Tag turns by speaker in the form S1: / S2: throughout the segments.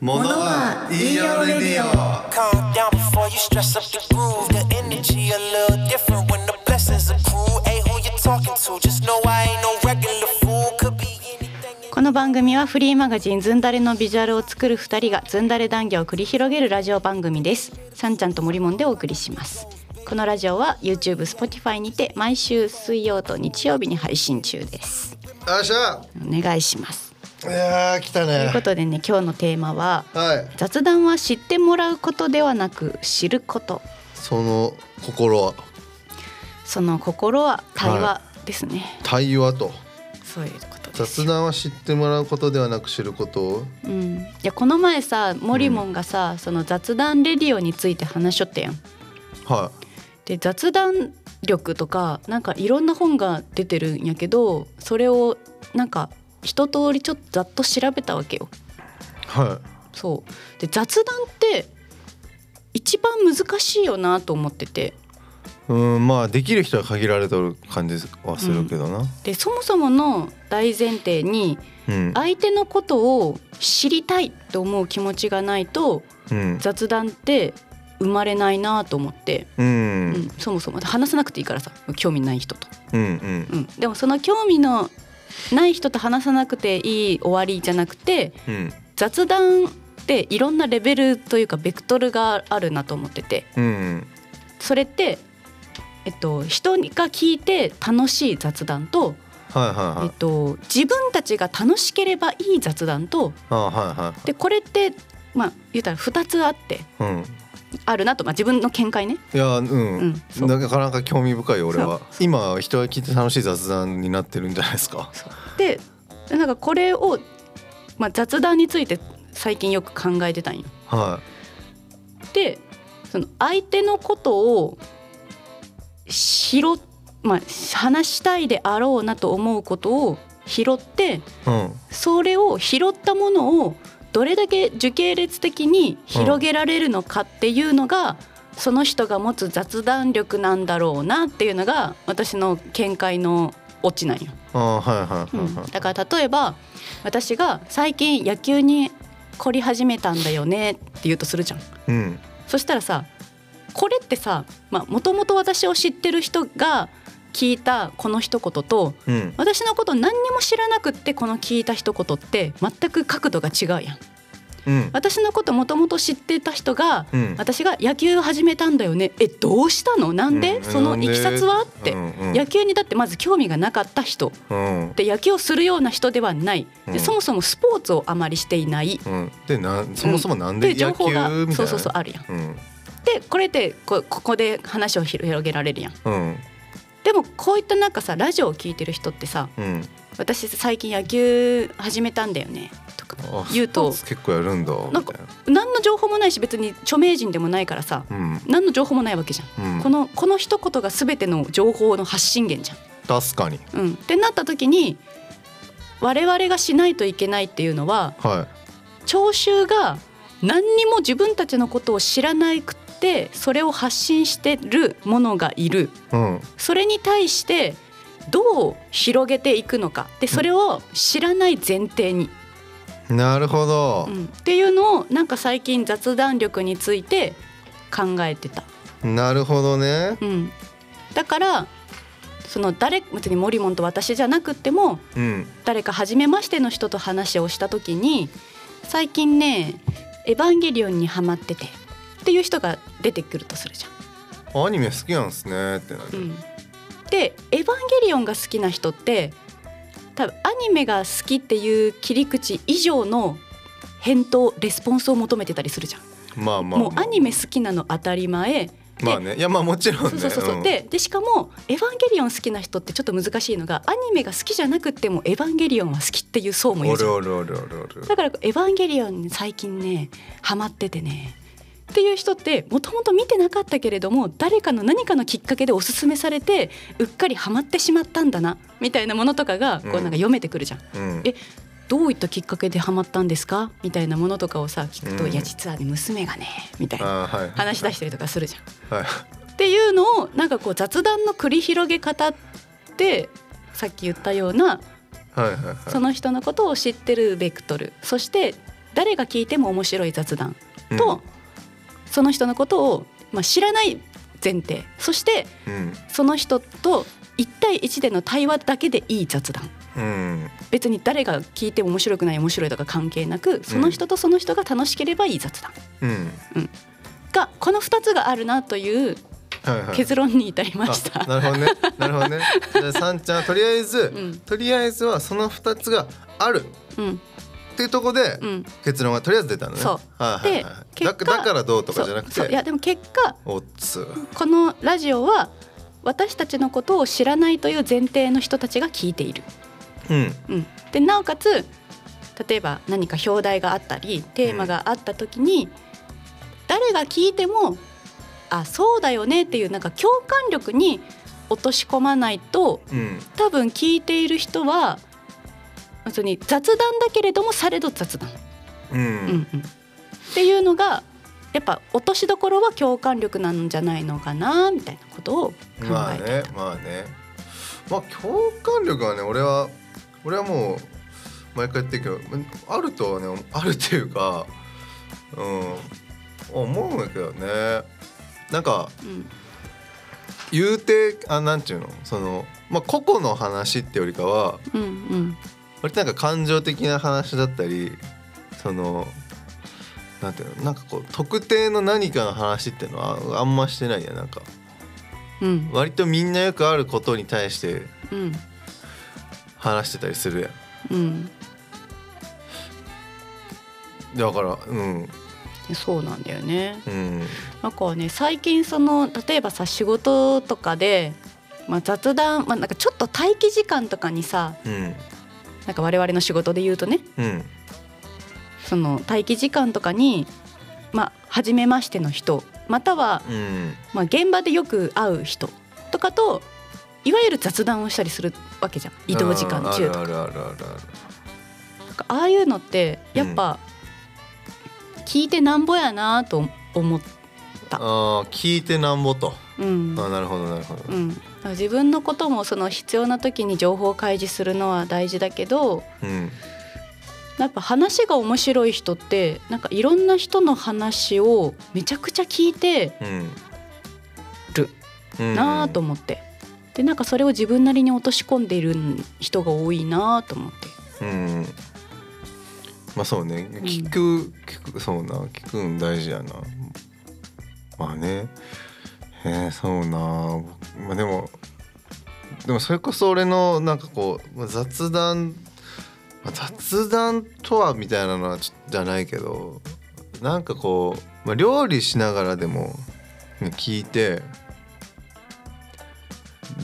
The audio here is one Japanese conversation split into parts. S1: 物は言いようレディオ
S2: Calm down before you stress up the groove. The energy a little different when the blessings accrue. Ain't who you're talking to, just know I ain't no regular fool. Could be anything.
S3: この番組はフリーマガジンズンダレのビジュアルを作る二人がズンダレ談義を繰り広げるラジオ番組ですさんちゃんと森もんでお送りしますこのラジオは YouTube、Spotify にて毎週水曜と日曜日に配信中です
S1: よっしゃ
S3: お願いします
S1: いやー来た
S3: とい
S1: ね
S3: うことでね今日のテーマは
S1: はい
S3: 雑談は知ってもらうことではなく知ること
S1: その心は
S3: その心は対話ですね、
S1: 対話と
S3: そういうことです
S1: 雑
S3: よ
S1: 談は知ってもらうことではなく知ることを
S3: うん、いやこの前さモリモンがさ、その雑談レディオについて話しよったやん
S1: は
S3: で雑談力とかなんかいろんな本が出てるんやけどそれをなんか一通りちょっとざっと調べたわけよ。
S1: いは
S3: そうで雑談って一番難しいよなと思ってて
S1: いうんまあできる人は限られてる感じはするけどな
S3: でそもそもの大前提に
S1: うん
S3: 相手のことを知りたいと思う気持ちがないと
S1: うん
S3: 雑談って生まれないなと思って、
S1: う
S3: うんん、そもそも話さなくていいからさ興味ない人と。
S1: うんうん
S3: うん、でもその興味のない人と話さなくていい終わりじゃなくて
S1: うん
S3: 雑談っていろんなレベルというかベクトルがあるなと思ってて
S1: うん
S3: それって、えっと、人が聞いて楽しい雑談と、
S1: はいはいは
S3: えっ
S1: い
S3: と、自分たちが楽しければいい雑談と
S1: あはいは
S3: でこれってまあ言ったら2つあって
S1: いうん
S3: あるなと、まあ、自分の見解ね。
S1: いやうん、
S3: うんそう
S1: なかなか興味深い俺は
S3: そう
S1: 今人が聞いて楽しい雑談になってるんじゃないですか
S3: でなんかこれを、まあ、雑談について最近よく考えてたんよ。
S1: は
S3: でその相手のことを拾っまあ、話したいであろうなと思うことを拾って
S1: いうん
S3: それを拾ったものをどれだけ受系列的に広げられるのかっていうのが、その人が持つ雑談力なんだろうなっていうのが私の見解のオチなんよ。
S1: ああはいはいはいはい、
S3: だから例えば私が最近野球に凝り始めたんだよねって言うとするじゃん。
S1: うん
S3: そしたらさこれってさもともと私を知ってる人が聞いたこの一言と
S1: うん
S3: 私のこと何にも知らなくってこの聞いた一言って全く角度が違うやん。
S1: うん
S3: 私のこともともと知ってた人が、
S1: うん
S3: 私が野球始めたんだよねえどうしたのなんで、
S1: うん
S3: そのいきさつはって、
S1: うんうん
S3: 野球にだってまず興味がなかった人
S1: うん
S3: で野球をするような人ではないで、
S1: うん
S3: そもそもスポーツをあまりしていない
S1: うんでなんそもそもなんで
S3: で情
S1: 野球
S3: 報
S1: みたいな、
S3: が
S1: うん、
S3: そうそうそうあるやん。
S1: うん
S3: でこれってこここで話を広げられるやん
S1: うん
S3: でもこういったなんかさラジオを聞いてる人ってさ
S1: うん
S3: 「私最近野球始めたんだよね」とか
S1: あ
S3: 言うと
S1: スポーツ結構やるんだ
S3: なんか何の情報もないし別に著名人でもないからさ
S1: みたいな
S3: 何の情報もないわけじゃ
S1: うん
S3: ん、
S1: うん
S3: このこの一言が全ての情報の発信源じゃん。
S1: 確かに
S3: うん、ってなった時に我々がしないといけないっていうのは
S1: は
S3: 聴衆が何にも自分たちのことを知らなくってそれを発信してるものがいる。
S1: いうん
S3: それに対してどう広げていくのかでそれを知らない前提に、
S1: なるほど
S3: う、んっていうのをなんか最近雑談力について考えてた、
S1: なるほどね
S3: うん、だからその誰別にモリモンと私じゃなくっても
S1: うん
S3: 誰か初めましての人と話をした時に最近ね「エヴァンゲリオン」にハマっててっていう人が出てくるとするじゃん。
S1: アニメ好きなんすねってなる、
S3: うんで「エヴァンゲリオン」が好きな人って多分アニメが好きっていう切り口以上の返答レスポンスを求めてたりするじゃん、
S1: まあまあ、まあ、
S3: もうアニメ好きなの当たり前
S1: まあねいやまあもちろんね
S3: そうそうそうそう、
S1: ん
S3: ででしかも「エヴァンゲリオン」好きな人ってちょっと難しいのがアニメが好きじゃなくっても「エヴァンゲリオン」は好きっていう層もい
S1: お
S3: るじゃ
S1: る
S3: ん
S1: おるおるおるおる
S3: だから「エヴァンゲリオン」に最近ねハマっててねっていう人ってもともと見てなかったけれども誰かの何かのきっかけでおすすめされてうっかりハマってしまったんだなみたいなものとかがこう
S1: うん
S3: なんか読めてくるじゃん。
S1: うん
S3: えどういったきっかけでハマったんですかみたいなものとかをさ聞くと「
S1: うん
S3: いや実はね娘がね」みたいな
S1: あーはい
S3: 話し出したりとかするじゃん。
S1: はい
S3: っていうのをなんかこう雑談の繰り広げ方ってさっき言ったような
S1: はいはいはい
S3: その人のことを知ってるベクトルそして誰が聞いても面白い雑談
S1: うん
S3: と、その人のことを、まあ、知らない前提そして
S1: うん
S3: その人と1対1での対話だけでいい雑談
S1: うん
S3: 別に誰が聞いても面白くない面白いとか関係なくその人とその人が楽しければいい雑談
S1: うん
S3: がこの2つがあるなという
S1: はいはい
S3: 結論に至りました。
S1: あなるほどねなるほどねじゃあさんちゃんはとりあえず、
S3: うん
S1: とりあえずはその二つがある
S3: うん
S1: っていうところで、
S3: うん、
S1: 結論がとりあえず出たのね
S3: そう
S1: はいはいはい
S3: で
S1: だ
S3: 結果
S1: だからどうとかじゃなく
S3: そうそうい
S1: て
S3: やでも結果
S1: おっつ
S3: このラジオは私たちのことを知らないという前提の人たちが聞いている。
S1: うん
S3: うん、でなおかつ例えば何か表題があったりテーマがあった時に、誰が聞いてもあそうだよねっていうなんか共感力に落とし込まないと
S1: うん
S3: 多分聞いている人は本当に雑談だけれどもされど雑談、
S1: う
S3: うん
S1: ん
S3: うんっていうのがやっぱ落としどころは共感力なんじゃないのかなみたいなことを考えて、
S1: まあねまあねまあ共感力はね俺は俺はもう毎回言ってるけどあるとはねあるっていうかうん思うんだけどねなんか
S3: うん
S1: 言うてあなんていうのそのまあ個々の話ってよりかは
S3: うんうん
S1: 割となんか感情的な話だったりそのなんていうのなんかこう特定の何かの話っていうのはああんましてないやなんか
S3: うん
S1: 割とみんなよくあることに対して
S3: うん
S1: 話してたりするや
S3: うん
S1: んだからうん
S3: そうなんだよね。
S1: うん
S3: なんかね最近その例えばさ仕事とかで、まあ、雑談、まあ、なんかちょっと待機時間とかにさ
S1: うん
S3: なんか我々の仕事で言うとね
S1: うん
S3: その待機時間とかに、まあ、初めましての人または、
S1: うん
S3: まあ、現場でよく会う人とかといわゆる雑談をしたりするわけじゃん移動時間
S1: あー
S3: 中とか
S1: あるあるあるある
S3: なんかああいうのってやっぱ、聞いてなんぼやなと思っ
S1: ああー聞いてなんぼと
S3: うん
S1: あーなるほどなるほど
S3: うん、だから自分のこともその必要な時に情報を開示するのは大事だけど
S1: うん
S3: やっぱ話が面白い人ってなんかいろんな人の話をめちゃくちゃ聞いて
S1: うん
S3: る
S1: うん
S3: なあと思って、でなんかそれを自分なりに落とし込んでいる人が多いなあと思っ
S1: う
S3: て。
S1: んまあそうね
S3: ん
S1: 聞く、聞くそうな聞くん大事やなまあねえー、そうな僕まあでもでもそれこそ俺のなんかこうまあ雑談まあ雑談とはみたいなのはちょっとじゃないけどなんかこう、まあ、料理しながらでも、ね、聞いて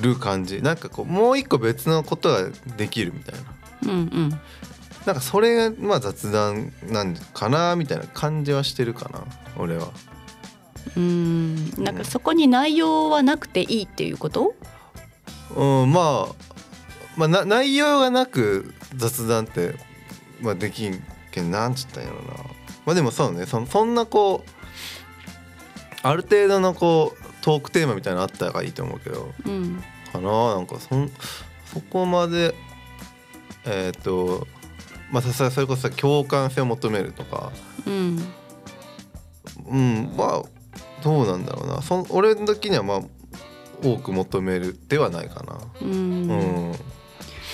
S1: る感じなんかこうもう一個別のことができるみたいな
S3: うんうん
S1: なんかそれがまあ雑談なんかなみたいな感じはしてるかな俺は
S3: うーんなんかそこに内容はなくていいっていうこと、
S1: うんまあまあな内容がなく雑談ってまあできんけんなんちったんやろなまあでもそうねそそんなこうある程度のこうトークテーマみたいなのあったらいいと思うけど
S3: うん
S1: かななんかそんそこまでえっ、とまあさすがそれこそさ共感性を求めるとか
S3: うん
S1: うんまあどうなんだろうなそん俺の時にはまあ多く求めるではないかな
S3: う
S1: うんん、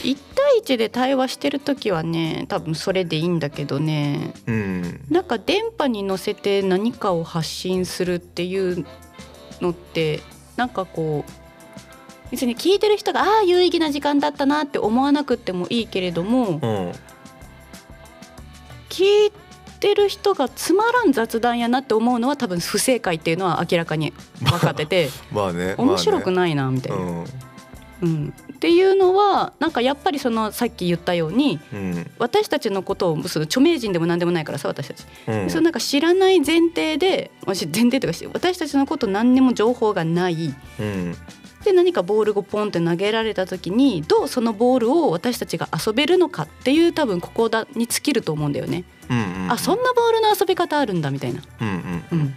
S3: 1対1で対話してる時はね多分それでいいんだけどね
S1: うん、
S3: なんか電波に乗せて何かを発信するっていうのってなんかこう別に聞いてる人がああ有意義な時間だったなって思わなくてもいいけれども
S1: うん、
S3: 聞いてる人がつまらん雑談やなって思うのは多分不正解っていうのは明らかに分かっ てて
S1: まあね
S3: 面白く
S1: な
S3: ないなみたいな。
S1: うん
S3: うん、っていうのはなんかやっぱりそのさっき言ったように
S1: うん
S3: 私たちのことをその著名人でも何でもないからさ私たち。
S1: うん
S3: そのなんか知らない前提で私前提というか私たちのこと何にも情報がない
S1: うん
S3: で何かボールをポンって投げられた時にどうそのボールを私たちが遊べるのかっていう多分ここだに尽きると思うんだよね。
S1: うんうん
S3: あそんなボールの遊び方あるんだみたいな。
S1: うんうん
S3: うん、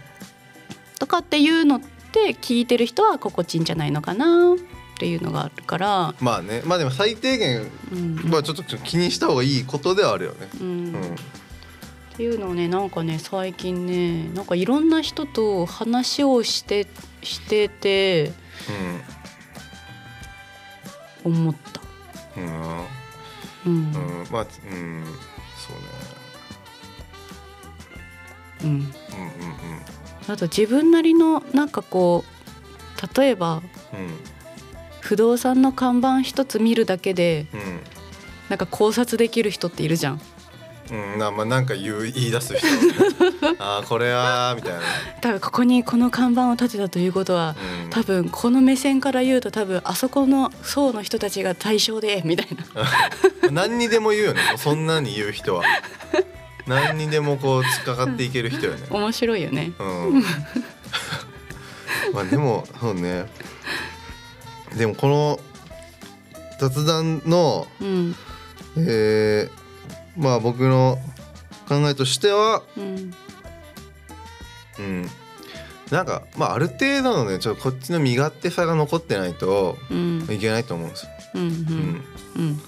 S3: とかっていうのって聞いてる人は心地いいんじゃないのかなっていうのがあるから。
S1: まあねまあでも最低限
S3: うん
S1: まあちょっと気にした方がいいことではあるよね
S3: うん
S1: うん
S3: っていうのをねなんかね最近ねなんかいろんな人と話をしてしてて思った。
S1: うんうん
S3: うん
S1: うんまあうんそう
S3: うん、
S1: ねうんうんうん
S3: あと自分なりのなんかこう例えば
S1: う
S3: 不動産の看板一つ見るだけで
S1: ん
S3: なんか考察できる人っているじゃん
S1: うんうんなまあなんか言う言い出す人ああこれはみたいな、
S3: 多分ここにこの看板を立てたということは
S1: うん、
S3: 多分この目線から言うと多分あそこの層の人たちが対象でみたいな
S1: 何にでも言うよねもうそんなに言う人は何にでもこう突っかかっていける人よね
S3: 面白いよね
S1: うん まあでもそうねでもこの雑談の
S3: うん
S1: えー、まあ僕の考えとしては
S3: うん
S1: うんなんかまあある程度のねちょっとこっちの身勝手さが残ってないと
S3: うん
S1: いけないと思うんですよ。
S3: う
S1: うんん、
S3: うん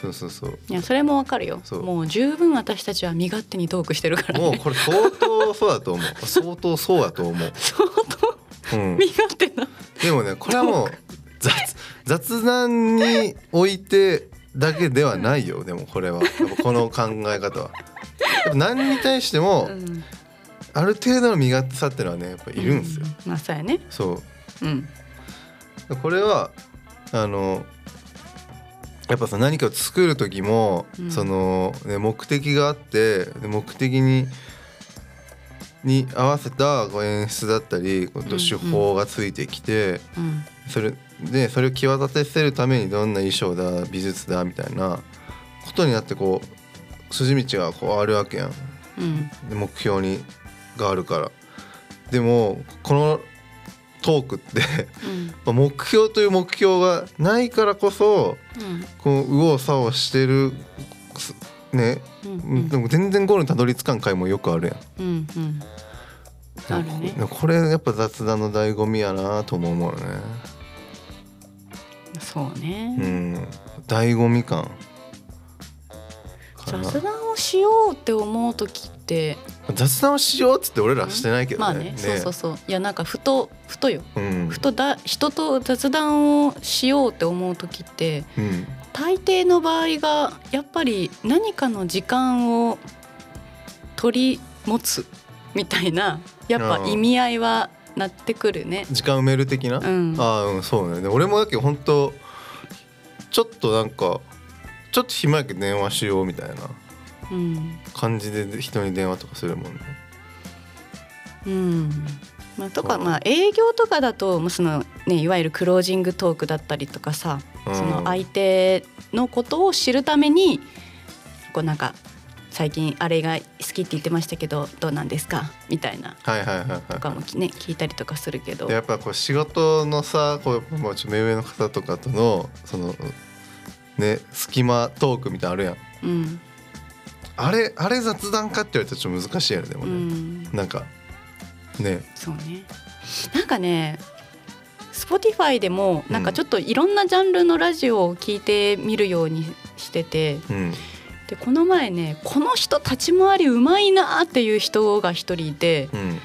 S1: そうそうそう。
S3: いやそれもわかるよ
S1: そう
S3: もう十分私たちは身勝手にトークしてるから
S1: もう
S3: ね
S1: これ相当そうだと思う。相当そうだと思う。
S3: 相当
S1: うん
S3: 身、勝手な
S1: でもねこれはもう雑雑談においてだけではないよ。でもこれはやっぱこの考え方は。やっぱ何に対しても
S3: うん
S1: ある程度の身勝手さってのはねやっぱいるんですよ。
S3: うまあそうやね
S1: そう。
S3: うん
S1: これはあのやっぱさ何かを作る時も、
S3: うん
S1: その、ね、目的があってで目的にに合わせたこう演出だったりこう
S3: うんうん
S1: 手法がついてきて、
S3: うん
S1: それでそれを際立たせるためにどんな衣装だ美術だみたいなことになってこう筋道がこうあるわけやん。
S3: うん
S1: で目標にがあるから。でもこのトークって
S3: うん
S1: まあ目標という目標がないからこそ
S3: うん
S1: こう右往左往してるすね、
S3: うん
S1: でも全然ゴールにたどり着かん回もよくあるやん。
S3: うんうんあるね
S1: でもこれやっぱ雑談の醍醐味やなとも思うよね。
S3: そう
S1: う
S3: ね、
S1: ん、醍醐味感かな
S3: 雑談をしようって思う時って
S1: 雑談をしようっつって俺らはしてないけどね。
S3: まあねそうそうそういやなんかふとふとよ
S1: うん
S3: ふとだ人と雑談をしようって思う時って
S1: うん
S3: 大抵の場合がやっぱり何かの時間を取り持つみたいなやっぱ意味合いはなってくるね。
S1: 時間埋める的な、
S3: うん、
S1: あーうんそうねで俺もだけど本当ちょっとなんかちょっと暇やけど電話しようみたいな
S3: うん
S1: 感じで人に電話とかするもんね。
S3: うんまあ、とかまあ営業とかだともうその、ね、いわゆるクロージングトークだったりとかさ、
S1: うん
S3: その相手のことを知るためにこうなんか最近あれが好きって言ってましたけどどうなんですかみたいな
S1: はいはいはいはい
S3: とかもね聞いたりとかするけど
S1: でやっぱこう仕事のさこうもうちょっと目上の方とかとのそのね隙間トークみたいなのあるやん
S3: うん
S1: あれあれ雑談かって言われたらちょっと難しいやろでも
S3: う
S1: ね、
S3: ん
S1: なんかね
S3: そうねなんかね Spotify でもなんかちょっといろんなジャンルのラジオを聞いてみるようにしてて
S1: うん
S3: でこの前ねこの人立ち回りうまいなっていう人が一人いて
S1: うん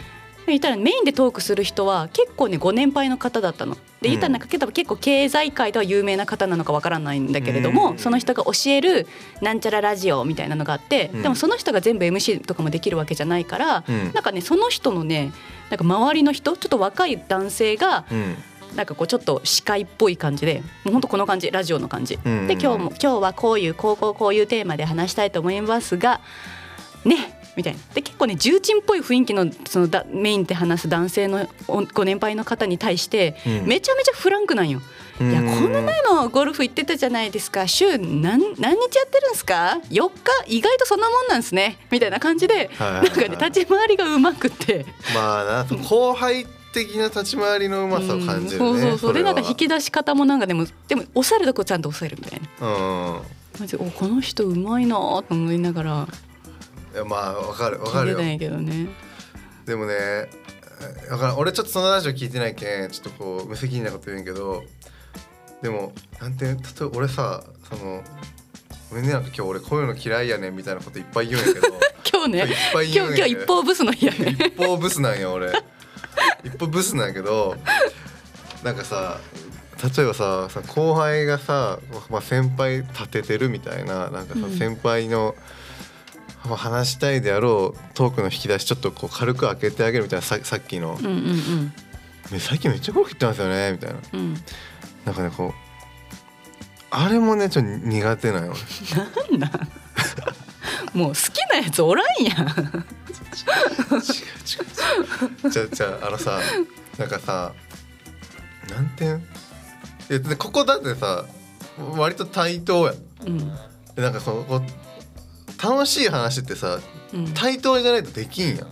S3: 言ったらメインでトークする人は結構ねご年配の方だったの。で言ったらなんかけど結構経済界では有名な方なのかわからないんだけれども、
S1: うん
S3: その人が教えるなんちゃらラジオみたいなのがあって、
S1: うん
S3: でもその人が全部 MC とかもできるわけじゃないから、
S1: うん
S3: なんかねその人のねなんか周りの人ちょっと若い男性が
S1: うん
S3: なんかこうちょっと司会っぽい感じでもうほんとこの感じラジオの感じ、
S1: うん
S3: で今日も今日はこういうこうこうこういうテーマで話したいと思いますがねみたいなで結構ね重鎮っぽい雰囲気のそのだメインって話す男性のおご年配の方に対して、
S1: うん
S3: めちゃめちゃフランクなんよ。
S1: うん
S3: いやこの前もゴルフ行ってたじゃないですか週何何日やってるんですか4日意外とそんなもんなんですねみたいな感じで、
S1: はいはいはい
S3: なんかね立ち回りがうまくて。
S1: まあな後輩的な立ち回りのうまさを感じるね、
S3: うんそうそうそうで
S1: れ
S3: な
S1: は
S3: んか引き出し方もなんかでもでも抑えるとこちゃんと抑えるみたいな
S1: うん
S3: マジおこの人うまいなと思いながら
S1: いやまあわかるわか
S3: 聞
S1: る
S3: いて
S1: よ
S3: ないけどね
S1: でもねえーわからん俺ちょっとそのラジオ聞いてないけんちょっとこう無責任なこと言うんやけどでもなんて例えば俺さそのごめんねなんか今日俺こういうの嫌いやねんみたいなこといっぱい言うんやけど
S3: 今日ね
S1: いっぱい言
S3: 今
S1: う
S3: 日
S1: ね
S3: 今日一方ブスの日やね
S1: 一方ブスなんや俺一方ブスなんやけどなんかさ例えばささ後輩がさ、まあ、先輩立ててるみたいななんかさ、
S3: うん
S1: 先輩の、まあ話したいであろうトークの引き出しちょっとこう軽く開けてあげるみたいなささっきの
S3: うんうんうん
S1: 「ね最近めっちゃゴルフ行ってますよね」みたいな
S3: うん
S1: なんかねこうあれもねちょっと苦手なよ
S3: なんなんもう好きなやつおらんやん
S1: じゃあじゃああのさなんかさ何点いやでここだってさ割と対等やん
S3: うん
S1: でなんかそのこう楽しい話ってさ
S3: うん
S1: 対等じゃないとできんやん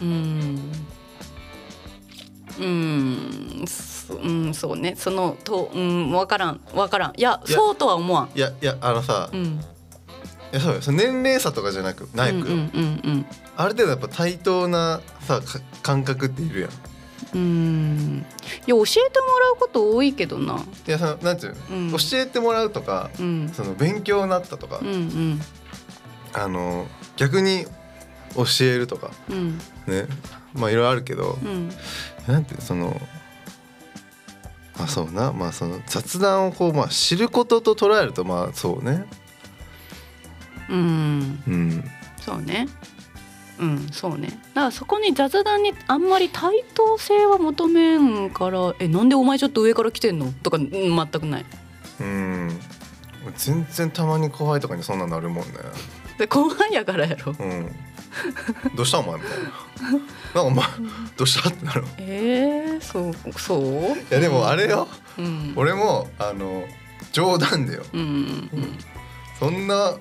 S3: うんうんそうんそうねそのとうん分からん分からんいや
S1: いや
S3: そうとは思わん
S1: いやいやあのさ、
S3: う
S1: い
S3: ん
S1: やそうよその年齢差とかじゃなくない
S3: うん
S1: く、
S3: うん
S1: ある程度やっぱ対等なさか感覚っているやんい
S3: うんうんいや教えてもらうこと多いけどな
S1: やそのなんていうの、
S3: うん
S1: 教えてもらうとか
S3: うん
S1: その勉強になったとか、
S3: うんうん
S1: あの逆に教えるとか
S3: うん
S1: ねまあいろいろあるけど、
S3: うん
S1: なんてそのまあそうなまあその雑談をこうまあ知ることと捉えるとまあそうね
S3: うん
S1: うん
S3: そうねうんそうねだからそこに雑談にあんまり対等性は求めんから「えなんでお前ちょっと上から来てんの?」とかうん全くない
S1: うん全然たまに後輩とかにそんななるもんね
S3: で後輩やからやろ
S1: うんどうしたお前みたいななんかお前どうしたってなるい
S3: えー、そうそうい
S1: やでもあれよ
S3: うん
S1: 俺もあの冗談だよ
S3: うんうんうん
S1: そんな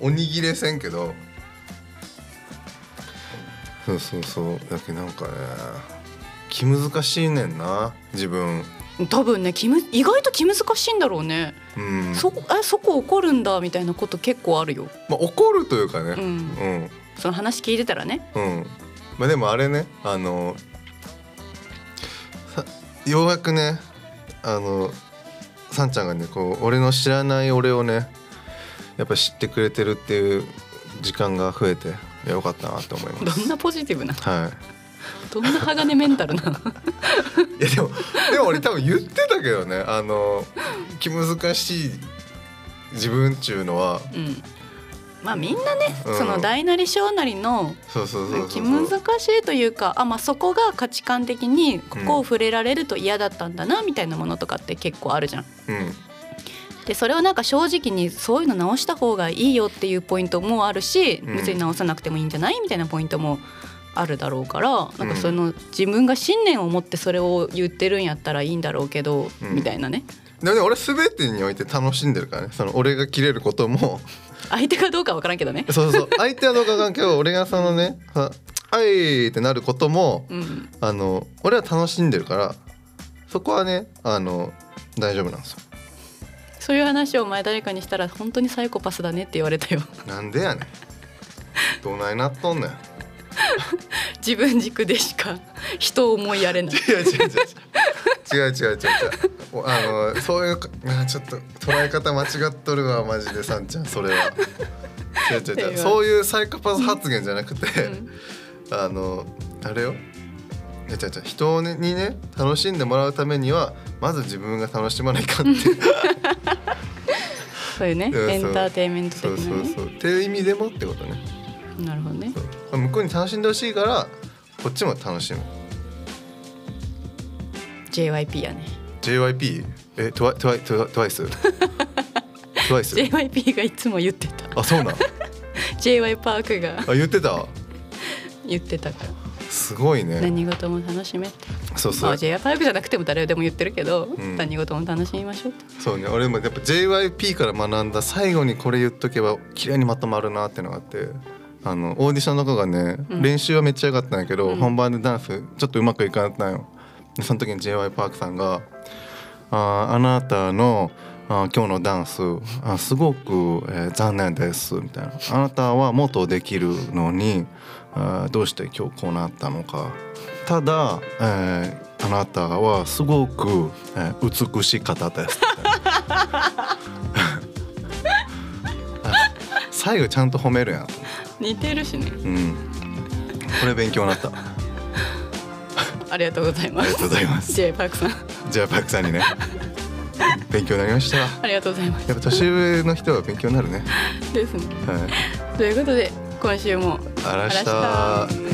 S1: 鬼切れせんけどそうそうそうだけどなんかね気難しいねんな自分
S3: 多分ね気む意外と気難しいんだろうね、
S1: うん
S3: そこあそこ怒るんだみたいなこと結構あるよ、
S1: まあ、怒るというか
S3: う
S1: ね
S3: ん、
S1: うん
S3: その話聞いてたらね
S1: うん、まあでもあれねあのさようやくねあのさんちゃんがねこう俺の知らない俺をねやっぱ知ってくれてるっていう時間が増えていやよかったなって思いま
S3: どん
S1: す。
S3: なポジティブな
S1: はい
S3: どんな鋼メンタルな
S1: いやでもでも俺多分言ってたけどねあの気難しい自分っちゅうのは
S3: うんまあみんなね、
S1: うん
S3: その大なり小なりの
S1: そうそうそうそう
S3: 気難しいというかあ、まあ、そこが価値観的にここを触れられると嫌だったんだなみたいなものとかって結構あるじゃん。
S1: うん
S3: でそれをなんか正直にそういうの直した方がいいよっていうポイントもあるし
S1: うん
S3: 別に直さなくてもいいんじゃないみたいなポイントもあるだろうからなん
S1: うん
S3: かその自分が信念を持ってそれを言ってるんやったらいいんだろうけど、
S1: うん
S3: みたいなね
S1: でもね俺全てにおいて楽しんでるからねその俺が切れることも
S3: 相手かどうかは分からんけどね。
S1: そう そうそう相手はどうか関係は俺がそのね「あはい」ってなることも
S3: うん、
S1: あの俺は楽しんでるからそこはねあの大丈夫なんですよ。
S3: そういう話を前誰かにしたら本当にサイコパスだねって言われたよ
S1: なんでやねん。どないなっとんねん。
S3: 自分軸でしか 人を思いやれない
S1: 違う違う違う違う違う違う違う違うあのそういうかあちょっと捉え方間違っとるわマジでさんちゃんそれは違う違う 違うそういうサイコパス発言じゃなくて、
S3: ん
S1: あのあれよ違う違う違う人にね楽しんでもらうためにはまず自分が楽しまないかっていう
S3: そういうね
S1: そう
S3: エンターテインメント的
S1: そうそ
S3: な
S1: う
S3: ね
S1: そうっていう意味でもってことね
S3: なるほどね
S1: そう向こうに楽しんでほしいからこっちも楽しむ
S3: JYP やね
S1: JYP えトワトワトワトワイ ストワイス
S3: JYP がいつも言ってた
S1: あそうなん
S3: j y パークが
S1: あ言ってた
S3: 言ってたから
S1: すごいね
S3: 何事も楽しめって
S1: そう
S3: ま
S1: そ
S3: あ
S1: う
S3: j y パークじゃなくても誰でも言ってるけど、
S1: ん
S3: 何事も楽しみましょうって
S1: そうね俺もやっぱ JYP から学んだ最後にこれ言っとけば綺麗にまとまるなってのがあってあのオーディションの子がね、
S3: うん
S1: 練習はめっちゃ良かったんやけど、
S3: うん
S1: 本番でダンスちょっとうまくいかなかったんよでその時に j y パークさんが「あーあなたのあー今日のダンスあすごく、えー残念です」みたいな「あなたはもっとできるのにあーどうして今日こうなったのか」ただ、えーあなたはすごく、えー美しい方です。最後ちゃんと褒めるやん。
S3: 似てるしね
S1: うんこれ勉強になったあ
S3: ありがとうございま
S1: りがと
S3: す
S1: うございます
S3: J パークさん
S1: じゃあパクさんにね勉強になりましたや
S3: ありがとうございます
S1: っぱ年上の人は勉強になるね
S3: ですね
S1: はい
S3: ということで今週も
S1: あらし
S3: あらした